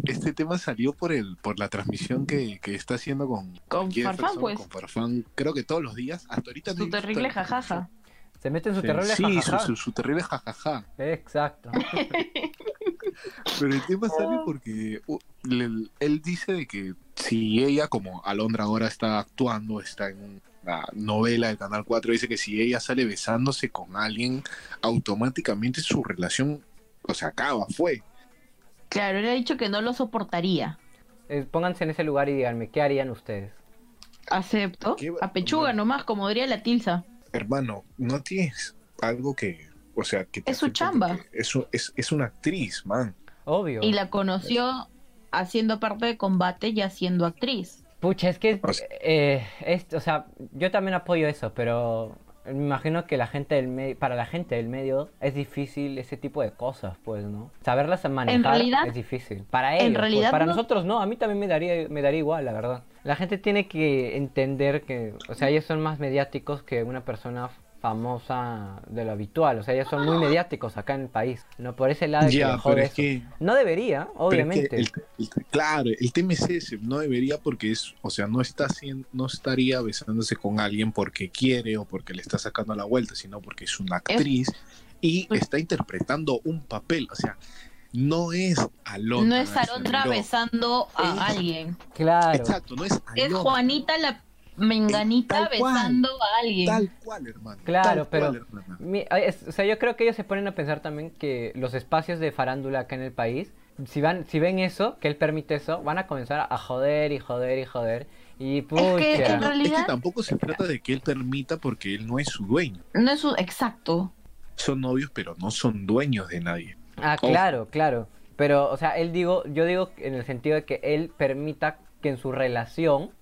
[SPEAKER 2] este tema salió por el por la transmisión que, que está haciendo con,
[SPEAKER 1] Con
[SPEAKER 2] Jefferson,
[SPEAKER 1] Farfán, pues.
[SPEAKER 2] con Farfán, creo que todos los días. Hasta ahorita no he
[SPEAKER 1] Su
[SPEAKER 2] visto
[SPEAKER 1] terrible
[SPEAKER 2] tanto.
[SPEAKER 1] jajaja.
[SPEAKER 3] Se meten su
[SPEAKER 2] Sí,
[SPEAKER 3] terrible
[SPEAKER 2] sí,
[SPEAKER 3] jajaja.
[SPEAKER 2] Su, su- su terrible jajaja.
[SPEAKER 3] Exacto.
[SPEAKER 2] Pero el tema sale porque uh, le- él dice de que si ella, como Alondra ahora está actuando, está en una novela del Canal 4, dice que si ella sale besándose con alguien, automáticamente su relación, o sea, acaba, fue.
[SPEAKER 1] Claro, él ha dicho que no lo soportaría.
[SPEAKER 3] Eh, pónganse en ese lugar y díganme, ¿qué harían ustedes?
[SPEAKER 1] Acepto.
[SPEAKER 2] Qué
[SPEAKER 1] A pechuga
[SPEAKER 2] bueno.
[SPEAKER 1] nomás, como diría la tilsa.
[SPEAKER 2] Hermano, no tienes algo que, o sea, que... te
[SPEAKER 1] Es su
[SPEAKER 2] afecte
[SPEAKER 1] chamba.
[SPEAKER 2] porque Es, un- es, es una actriz, man.
[SPEAKER 3] Obvio.
[SPEAKER 1] Y la conoció haciendo parte de combate y haciendo actriz.
[SPEAKER 3] Pucha, es que,
[SPEAKER 2] O sea-
[SPEAKER 3] eh, es, o sea, yo también apoyo eso, pero Me imagino que la gente del medio, para la gente del medio es difícil ese tipo de cosas, pues, ¿no? Saberlas manejar
[SPEAKER 1] realidad-
[SPEAKER 3] es difícil. Para
[SPEAKER 1] en
[SPEAKER 3] ellos, pues,
[SPEAKER 1] realidad
[SPEAKER 3] para
[SPEAKER 1] no.
[SPEAKER 3] nosotros no, a mí también me daría me daría igual, la verdad. La gente tiene que entender que, o sea, ellos son más mediáticos que una persona famosa de lo habitual, o sea, ellos son muy mediáticos acá en el país. No por ese lado hay que
[SPEAKER 2] Ya,
[SPEAKER 3] joder
[SPEAKER 2] pero es
[SPEAKER 3] eso.
[SPEAKER 2] que-
[SPEAKER 3] no debería,
[SPEAKER 2] Pero es
[SPEAKER 3] obviamente.
[SPEAKER 2] que el- el- claro, el tema es ese, no debería porque es, o sea, no está haciendo, no estaría besándose con alguien porque quiere o porque le está sacando la vuelta, sino porque es una actriz y está interpretando un papel, o sea, no es Alondra.
[SPEAKER 1] no es Alondra
[SPEAKER 2] García Miró.
[SPEAKER 1] besando a
[SPEAKER 2] Es-
[SPEAKER 1] alguien.
[SPEAKER 3] Claro.
[SPEAKER 2] Exacto, no es
[SPEAKER 1] Es
[SPEAKER 2] Alondra.
[SPEAKER 1] Juanita la menganita
[SPEAKER 2] Tal cual.
[SPEAKER 1] besando a alguien.
[SPEAKER 2] Tal cual, hermano.
[SPEAKER 3] Claro,
[SPEAKER 2] tal
[SPEAKER 3] pero
[SPEAKER 2] cual, hermano.
[SPEAKER 3] mi- ay, es- o sea, yo creo que ellos se ponen a pensar también que los espacios de farándula acá en el país, si van, si ven eso, que él permite eso, van a comenzar a joder y joder y joder y pucha.
[SPEAKER 1] que en realidad-
[SPEAKER 2] Es que tampoco se trata de que él permita porque él no es su dueño.
[SPEAKER 1] No es su... Exacto.
[SPEAKER 2] Son novios, pero no son dueños de nadie.
[SPEAKER 3] Ah,
[SPEAKER 2] Ojo.
[SPEAKER 3] claro, claro. Pero, o sea, él digo, yo digo en el sentido de que él permita que en su relación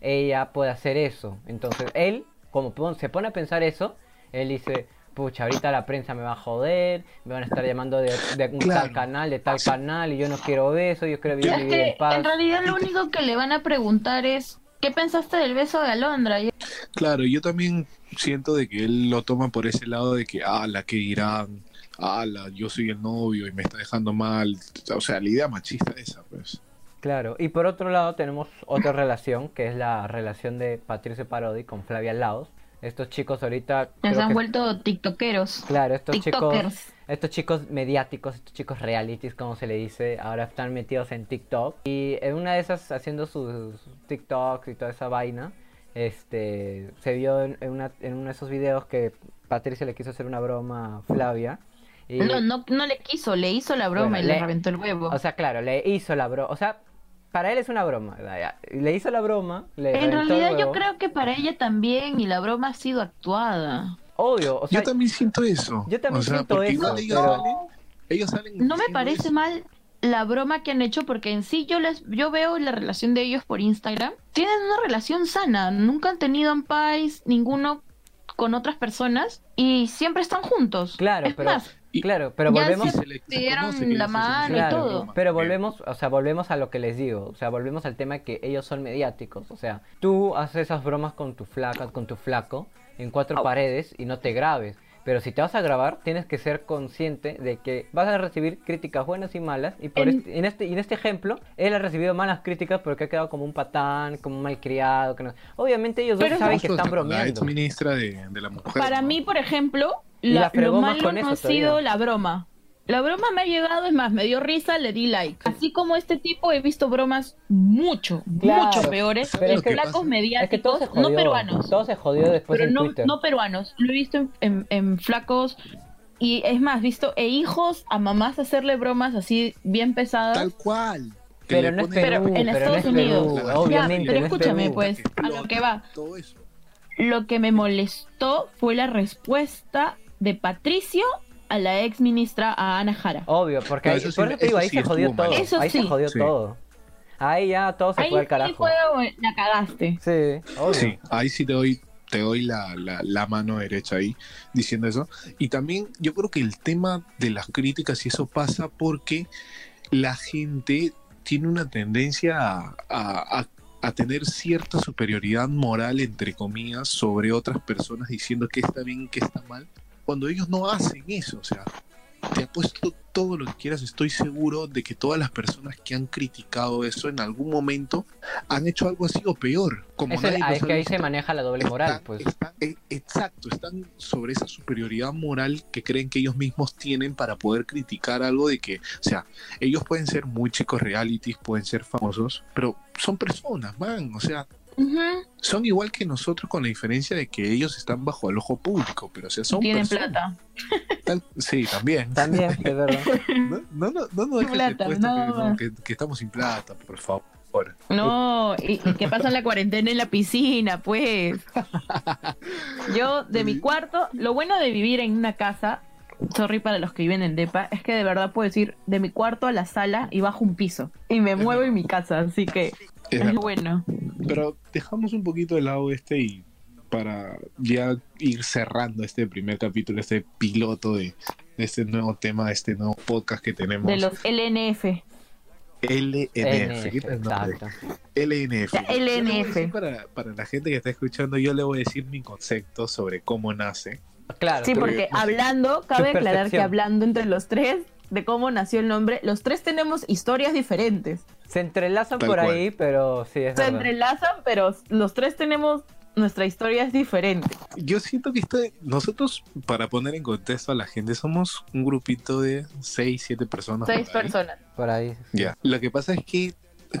[SPEAKER 3] ella pueda hacer eso. Entonces, él, como pon- se pone a pensar eso, él dice, pucha, ahorita la prensa me va a joder, me van a estar llamando de, de un
[SPEAKER 2] Claro.
[SPEAKER 3] tal canal, de tal
[SPEAKER 2] Sí.
[SPEAKER 3] canal, y yo no quiero eso, yo quiero vivir,
[SPEAKER 1] Es
[SPEAKER 3] mi vida
[SPEAKER 1] que
[SPEAKER 3] en paz.
[SPEAKER 1] en realidad lo único que le van a preguntar es ¿qué pensaste del beso de Alondra? Y-
[SPEAKER 2] Claro, yo también siento de que él lo toma por ese lado de que, ala, ¿qué dirán? Ala, yo soy el novio y me está dejando mal. O sea, la idea machista esa, pues.
[SPEAKER 3] Claro, y por otro lado tenemos otra relación, que es la relación de Patricio Parodi con Flavia Laos. Estos chicos ahorita... creo
[SPEAKER 1] Ya se han
[SPEAKER 3] que-
[SPEAKER 1] vuelto tiktokeros.
[SPEAKER 3] Claro, estos chicos,
[SPEAKER 1] TikTokers.
[SPEAKER 3] estos chicos mediáticos, estos chicos realities, como se le dice, ahora están metidos en TikTok. Y en una de esas, haciendo sus TikToks y toda esa vaina, este, se vio en, en una- en uno de esos videos que Patricia le quiso hacer una broma a Flavia. Y,
[SPEAKER 1] No, no, no le quiso, le hizo la broma
[SPEAKER 3] Bueno,
[SPEAKER 1] y le,
[SPEAKER 3] le-
[SPEAKER 1] reventó el huevo.
[SPEAKER 3] O sea, claro, le hizo la broma. O sea, para él es una broma. ¿verdad? Ya, Le hizo la broma. Le
[SPEAKER 1] en
[SPEAKER 3] reventó el
[SPEAKER 1] realidad yo
[SPEAKER 3] huevo.
[SPEAKER 1] creo que para ella también y la broma ha sido actuada.
[SPEAKER 3] Obvio, o sea,
[SPEAKER 2] yo también siento eso.
[SPEAKER 3] yo también
[SPEAKER 2] O sea,
[SPEAKER 3] siento
[SPEAKER 2] porque
[SPEAKER 3] eso,
[SPEAKER 2] igual ellos,
[SPEAKER 3] pero-
[SPEAKER 2] salen, ¿eh? ellos salen
[SPEAKER 1] No me
[SPEAKER 2] diciendo
[SPEAKER 1] parece
[SPEAKER 2] eso.
[SPEAKER 1] mal la broma que han hecho porque en sí yo les yo veo la relación de ellos por Instagram. Tienen una relación sana, nunca han tenido en paz ninguno con otras personas y siempre están juntos.
[SPEAKER 3] claro,
[SPEAKER 1] es
[SPEAKER 3] pero,
[SPEAKER 1] más,
[SPEAKER 2] Y-
[SPEAKER 3] claro, pero
[SPEAKER 1] ya
[SPEAKER 3] volvemos...
[SPEAKER 2] Y se le- se
[SPEAKER 1] Dieron
[SPEAKER 2] conoce que
[SPEAKER 1] la
[SPEAKER 2] ellos
[SPEAKER 1] mano
[SPEAKER 2] hacen
[SPEAKER 1] Ah, y
[SPEAKER 2] esa
[SPEAKER 1] todo.
[SPEAKER 2] broma.
[SPEAKER 3] Pero volvemos, o sea, volvemos a lo que les digo, o sea, volvemos al tema que ellos son mediáticos, o sea, tú haces esas bromas con tu flaca, con tu flaco, en cuatro paredes y no te grabes. Pero si te vas a grabar, tienes que ser consciente de que vas a recibir críticas buenas y malas. Y por
[SPEAKER 1] En-
[SPEAKER 3] este- en, este, y en este ejemplo, él ha recibido malas críticas porque ha quedado como un patán, como un malcriado. Que no... Obviamente ellos dos
[SPEAKER 1] Pero-
[SPEAKER 3] saben que
[SPEAKER 2] Justo
[SPEAKER 3] están
[SPEAKER 2] hasta La
[SPEAKER 3] bromeando.
[SPEAKER 2] ex ministra de, de la mujer.
[SPEAKER 1] Para
[SPEAKER 2] ¿no?
[SPEAKER 1] mí, por ejemplo,
[SPEAKER 3] Y
[SPEAKER 1] la-
[SPEAKER 3] la fregó
[SPEAKER 1] lo
[SPEAKER 3] más
[SPEAKER 1] malo
[SPEAKER 3] con
[SPEAKER 1] no
[SPEAKER 3] eso
[SPEAKER 1] ha
[SPEAKER 3] todavía.
[SPEAKER 1] sido la broma. La broma me ha llegado, es más, me dio risa, le di like. Así como este tipo, he visto bromas mucho,
[SPEAKER 3] Claro,
[SPEAKER 1] mucho peores.
[SPEAKER 3] pero
[SPEAKER 1] de
[SPEAKER 3] es que-
[SPEAKER 1] flacos
[SPEAKER 3] Es que todo
[SPEAKER 1] mediáticos,
[SPEAKER 3] se jodió.
[SPEAKER 1] no peruanos.
[SPEAKER 3] Todo se jodió después
[SPEAKER 1] pero
[SPEAKER 3] en
[SPEAKER 1] no,
[SPEAKER 3] Twitter.
[SPEAKER 1] no peruanos. Lo he visto en, en- en flacos. Y es más, visto e hijos a mamás hacerle bromas así bien pesadas.
[SPEAKER 2] Tal cual. Que
[SPEAKER 3] Pero
[SPEAKER 2] le
[SPEAKER 3] no es
[SPEAKER 2] ponen-
[SPEAKER 3] Perú,
[SPEAKER 1] Pero en
[SPEAKER 3] pero no
[SPEAKER 1] Estados
[SPEAKER 3] es Perú,
[SPEAKER 1] Unidos.
[SPEAKER 2] Ya,
[SPEAKER 3] obviamente.
[SPEAKER 1] pero
[SPEAKER 3] no es
[SPEAKER 1] escúchame,
[SPEAKER 3] Perú.
[SPEAKER 1] pues, a lo que va.
[SPEAKER 2] Todo eso.
[SPEAKER 1] Lo que me molestó fue la respuesta de Patricio a la ex ministra a Ana Jara.
[SPEAKER 3] Obvio, porque
[SPEAKER 2] No,
[SPEAKER 3] ahí,
[SPEAKER 2] eso sí-
[SPEAKER 3] por eso te digo,
[SPEAKER 2] eso
[SPEAKER 3] ahí
[SPEAKER 2] sí
[SPEAKER 3] se jodió
[SPEAKER 2] estuvo mal.
[SPEAKER 3] todo.
[SPEAKER 1] Eso
[SPEAKER 3] ahí se
[SPEAKER 1] sí.
[SPEAKER 3] jodió
[SPEAKER 2] Sí.
[SPEAKER 3] todo. Ahí ya todo se
[SPEAKER 1] Ahí
[SPEAKER 3] fue al
[SPEAKER 1] sí
[SPEAKER 3] carajo.
[SPEAKER 1] fue, la cagaste.
[SPEAKER 3] Sí, obvio.
[SPEAKER 2] Sí, ahí sí te doy, te doy la, la- la mano derecha ahí diciendo eso. Y también yo creo que el tema de las críticas y eso pasa porque la gente tiene una tendencia a, a- a- a tener cierta superioridad moral, entre comillas, sobre otras personas diciendo que está bien y que está mal, cuando ellos no hacen eso. O sea, te apuesto todo lo que quieras, estoy seguro de que todas las personas que han criticado eso en algún momento han hecho algo así o peor. Como
[SPEAKER 3] Eso-
[SPEAKER 2] nadie
[SPEAKER 3] ah,
[SPEAKER 2] los
[SPEAKER 3] es
[SPEAKER 2] ha
[SPEAKER 3] que ahí
[SPEAKER 2] visto.
[SPEAKER 3] se maneja la doble moral,
[SPEAKER 2] Están-
[SPEAKER 3] pues.
[SPEAKER 2] están- e- exacto, están sobre esa superioridad moral que creen que ellos mismos tienen para poder criticar algo de que, o sea, ellos pueden ser muy chicos realities, pueden ser famosos, pero son personas, man, o sea,
[SPEAKER 1] Ujú.
[SPEAKER 2] son igual que nosotros con la diferencia de que ellos están bajo el ojo público, pero o sea, son
[SPEAKER 1] Tienen
[SPEAKER 2] personas.
[SPEAKER 1] plata.
[SPEAKER 2] Tal- sí, también.
[SPEAKER 3] También, es verdad.
[SPEAKER 2] No, no, no, no nos dejes
[SPEAKER 1] Plata,
[SPEAKER 2] expuesto que
[SPEAKER 1] no.
[SPEAKER 2] no, que, que estamos sin plata, por favor.
[SPEAKER 1] No,
[SPEAKER 3] Eh.
[SPEAKER 1] y, y que pasan la cuarentena en la piscina, pues. Yo, de mi cuarto, lo bueno de vivir en una casa, sorry para los que viven en DEPA, es que de verdad puedo decir de mi cuarto a la sala y bajo un piso. Y me muevo en mi casa, así que
[SPEAKER 2] Es
[SPEAKER 1] es
[SPEAKER 2] verdad.
[SPEAKER 1] bueno.
[SPEAKER 2] Pero dejamos un poquito de lado este y para ya ir cerrando este primer capítulo, este piloto de, de este nuevo tema, de este nuevo podcast que tenemos.
[SPEAKER 1] De los LNF.
[SPEAKER 2] LNF. ¿qué tal nombre?
[SPEAKER 3] exacto.
[SPEAKER 2] LNF.
[SPEAKER 1] Ya,
[SPEAKER 2] Yo le voy a
[SPEAKER 1] LNF.
[SPEAKER 2] decir para, para la gente que está escuchando, yo le voy a decir mi concepto sobre cómo nace.
[SPEAKER 3] Claro.
[SPEAKER 1] Sí, porque hablando, cabe aclarar que
[SPEAKER 3] percepción.
[SPEAKER 1] hablando entre los tres de cómo nació el nombre, los tres tenemos historias diferentes.
[SPEAKER 3] Se entrelazan
[SPEAKER 2] Tal
[SPEAKER 3] por
[SPEAKER 2] cual.
[SPEAKER 3] ahí, pero sí, es
[SPEAKER 1] Se
[SPEAKER 3] verdad.
[SPEAKER 1] entrelazan, pero los tres tenemos nuestra historia es diferente.
[SPEAKER 2] Yo siento que este- nosotros, para poner en contexto a la gente, somos un grupito de 6, 7 personas. por
[SPEAKER 1] Seis
[SPEAKER 2] ahí.
[SPEAKER 1] personas.
[SPEAKER 3] Por ahí.
[SPEAKER 2] Ya. Lo que pasa es que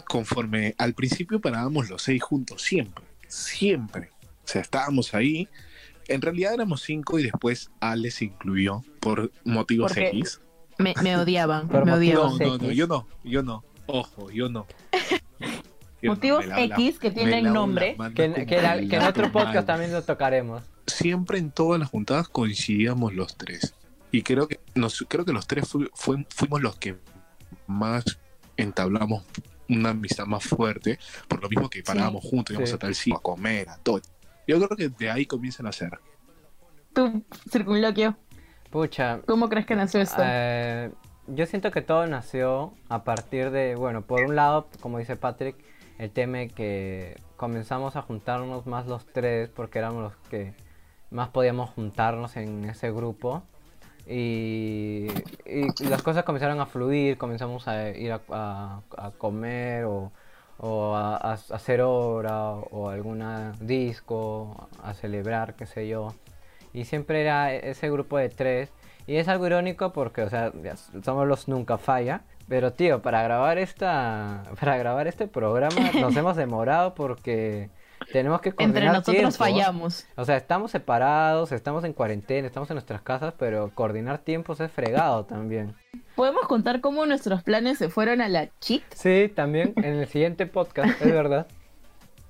[SPEAKER 2] conforme al principio parábamos los seis juntos, siempre, siempre. O sea, estábamos ahí. En realidad éramos cinco y después Ale se incluyó por motivos
[SPEAKER 1] Porque-
[SPEAKER 2] X.
[SPEAKER 1] Me, me odiaban,
[SPEAKER 3] Por
[SPEAKER 1] me
[SPEAKER 3] motivos-
[SPEAKER 1] odiaban.
[SPEAKER 2] No, no, no,
[SPEAKER 3] X.
[SPEAKER 2] yo no, yo no. Ojo, yo no. Yo no,
[SPEAKER 1] Motivos
[SPEAKER 2] me lavo la-
[SPEAKER 1] X que
[SPEAKER 2] me
[SPEAKER 1] tienen
[SPEAKER 2] lavo
[SPEAKER 1] nombre.
[SPEAKER 2] las manos
[SPEAKER 3] Que,
[SPEAKER 2] como
[SPEAKER 3] que en-
[SPEAKER 2] el
[SPEAKER 3] que en otro
[SPEAKER 2] lato
[SPEAKER 3] podcast
[SPEAKER 2] mal.
[SPEAKER 3] también lo tocaremos.
[SPEAKER 2] Siempre en todas las juntadas coincidíamos los tres. Y creo que nos, creo que los tres fu- fu- fuimos los que más entablamos una amistad más fuerte, por lo mismo que parábamos juntos, íbamos
[SPEAKER 3] Sí.
[SPEAKER 2] a tal sitio, a comer, a todo. Yo creo que de ahí comienzan a hacer.
[SPEAKER 1] Tú, circunloquio,
[SPEAKER 3] Pucha,
[SPEAKER 1] ¿cómo crees que nació esto?
[SPEAKER 3] Eh, yo siento que todo nació a partir de, bueno, por un lado, como dice Patrick, el tema de que comenzamos a juntarnos más los tres porque éramos los que más podíamos juntarnos en ese grupo. Y, y las cosas comenzaron a fluir, comenzamos a ir a, a- a comer o, o a, a hacer obra o alguna disco, a celebrar, qué sé yo. Y siempre era e, ese grupo de tres. Y es algo irónico porque, o sea, ya somos los nunca falla. Pero tío, para grabar esta, para grabar este programa nos hemos demorado porque tenemos que coordinar ¿ah?
[SPEAKER 1] entre nosotros
[SPEAKER 3] tiempos.
[SPEAKER 1] fallamos.
[SPEAKER 3] O sea, estamos separados, estamos en cuarentena, estamos en nuestras casas, pero coordinar tiempos es fregado también.
[SPEAKER 1] ¿Podemos contar cómo nuestros planes se fueron a la cheat?
[SPEAKER 3] Sí, también en el siguiente podcast, es verdad.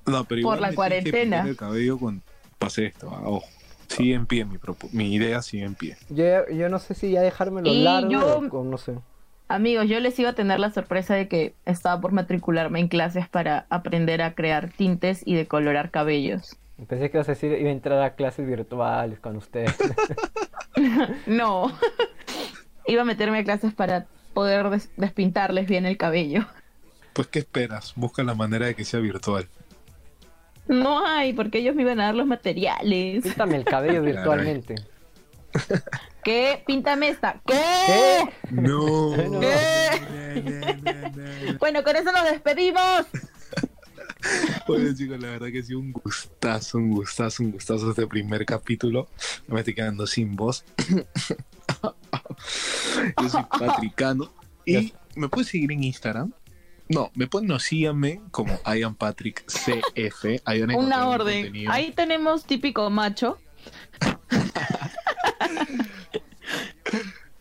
[SPEAKER 2] No,
[SPEAKER 1] Por
[SPEAKER 2] pero igual
[SPEAKER 1] la
[SPEAKER 2] me
[SPEAKER 1] cuarentena.
[SPEAKER 2] tiene que poner el cabello cuando pase esto, ah, ojo. Sigue en pie mi, propo- mi idea, sigue en pie.
[SPEAKER 3] Yo, yo no sé si ya dejármelo
[SPEAKER 1] Y
[SPEAKER 3] largo
[SPEAKER 1] yo-
[SPEAKER 3] o- o no sé.
[SPEAKER 1] Amigos, yo les iba a tener la sorpresa de que estaba por matricularme en clases para aprender a crear tintes y decolorar cabellos.
[SPEAKER 3] Pensé que ibas a decir, iba a entrar a clases virtuales con ustedes.
[SPEAKER 1] No, iba a meterme a clases para poder des- despintarles bien el cabello.
[SPEAKER 2] Pues, ¿qué esperas? Busca la manera de que sea virtual.
[SPEAKER 1] No hay, porque ellos me iban a dar los materiales.
[SPEAKER 3] Píntame el cabello
[SPEAKER 2] Claro.
[SPEAKER 3] virtualmente.
[SPEAKER 1] ¿Qué? Píntame esta. ¿Qué?
[SPEAKER 3] ¿Qué?
[SPEAKER 2] No.
[SPEAKER 3] No.
[SPEAKER 1] Bueno, con eso nos despedimos.
[SPEAKER 2] Bueno chicos, la verdad que ha sido un gustazo, un gustazo, un gustazo este primer capítulo. Me estoy quedando sin voz. Yo soy Patricano. Y me puedes seguir en Instagram. No, me pueden, no, síganme como IamPatrickCF. Ahí van a encontrar
[SPEAKER 1] Una
[SPEAKER 2] mi
[SPEAKER 1] orden.
[SPEAKER 2] contenido.
[SPEAKER 1] Ahí tenemos típico macho.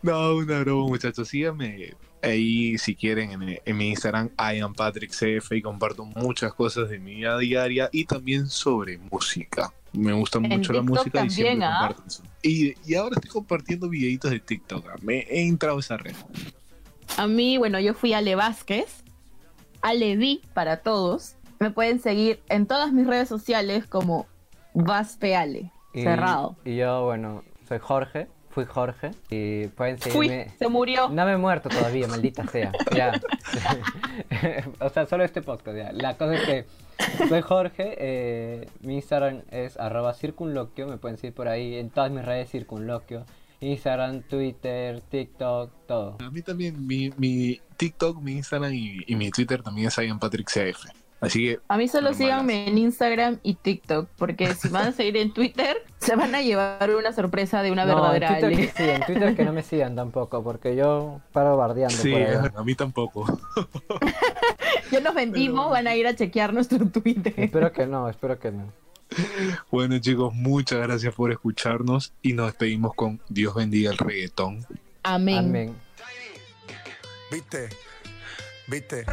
[SPEAKER 2] No, una broma, muchachos. Síganme ahí si quieren en, en mi Instagram, IamPatrickCF, y comparto muchas cosas de mi vida diaria y también sobre música. Me gusta mucho la
[SPEAKER 1] TikTok
[SPEAKER 2] música y siempre
[SPEAKER 1] también, ¿ah?
[SPEAKER 2] comparto eso. Y, y ahora estoy compartiendo videitos de TikTok. ah, Me he entrado a esa red.
[SPEAKER 1] A mí, bueno, yo fui Ale Vázquez, Ale Vi para todos. Me pueden seguir en todas mis redes sociales como Vaspeale.
[SPEAKER 3] Y-
[SPEAKER 1] Cerrado.
[SPEAKER 3] Y yo, bueno, soy Jorge, fui Jorge. Y pueden
[SPEAKER 1] Fui,
[SPEAKER 3] seguirme.
[SPEAKER 1] se murió.
[SPEAKER 3] No me he muerto todavía, maldita sea. Ya. o sea, solo este podcast, ya. La cosa es que soy Jorge, eh, mi Instagram es arroba circunloquio, me pueden seguir por ahí en todas mis redes circunloquio. Instagram, Twitter, TikTok, todo.
[SPEAKER 2] A mí también, mi, mi TikTok, mi Instagram y, y mi Twitter también es IamPatrickCF. Así que
[SPEAKER 1] A mí solo
[SPEAKER 2] Normalazo.
[SPEAKER 1] síganme en Instagram y TikTok, porque si van a seguir en Twitter, se van a llevar una sorpresa de una
[SPEAKER 3] no, en
[SPEAKER 1] verdadera
[SPEAKER 3] Twitter que
[SPEAKER 1] Ale.
[SPEAKER 3] sí, en Twitter que no me sigan tampoco, porque yo paro bardeando
[SPEAKER 2] sí,
[SPEAKER 3] por allá.
[SPEAKER 2] a mí tampoco.
[SPEAKER 1] Ya nos vendimos, van a ir a chequear nuestro Twitter.
[SPEAKER 3] Espero que no, espero que no.
[SPEAKER 2] Bueno chicos, muchas gracias por escucharnos y nos despedimos con Dios bendiga el reggaetón.
[SPEAKER 1] Amén.
[SPEAKER 3] Amén.
[SPEAKER 9] Viste, viste.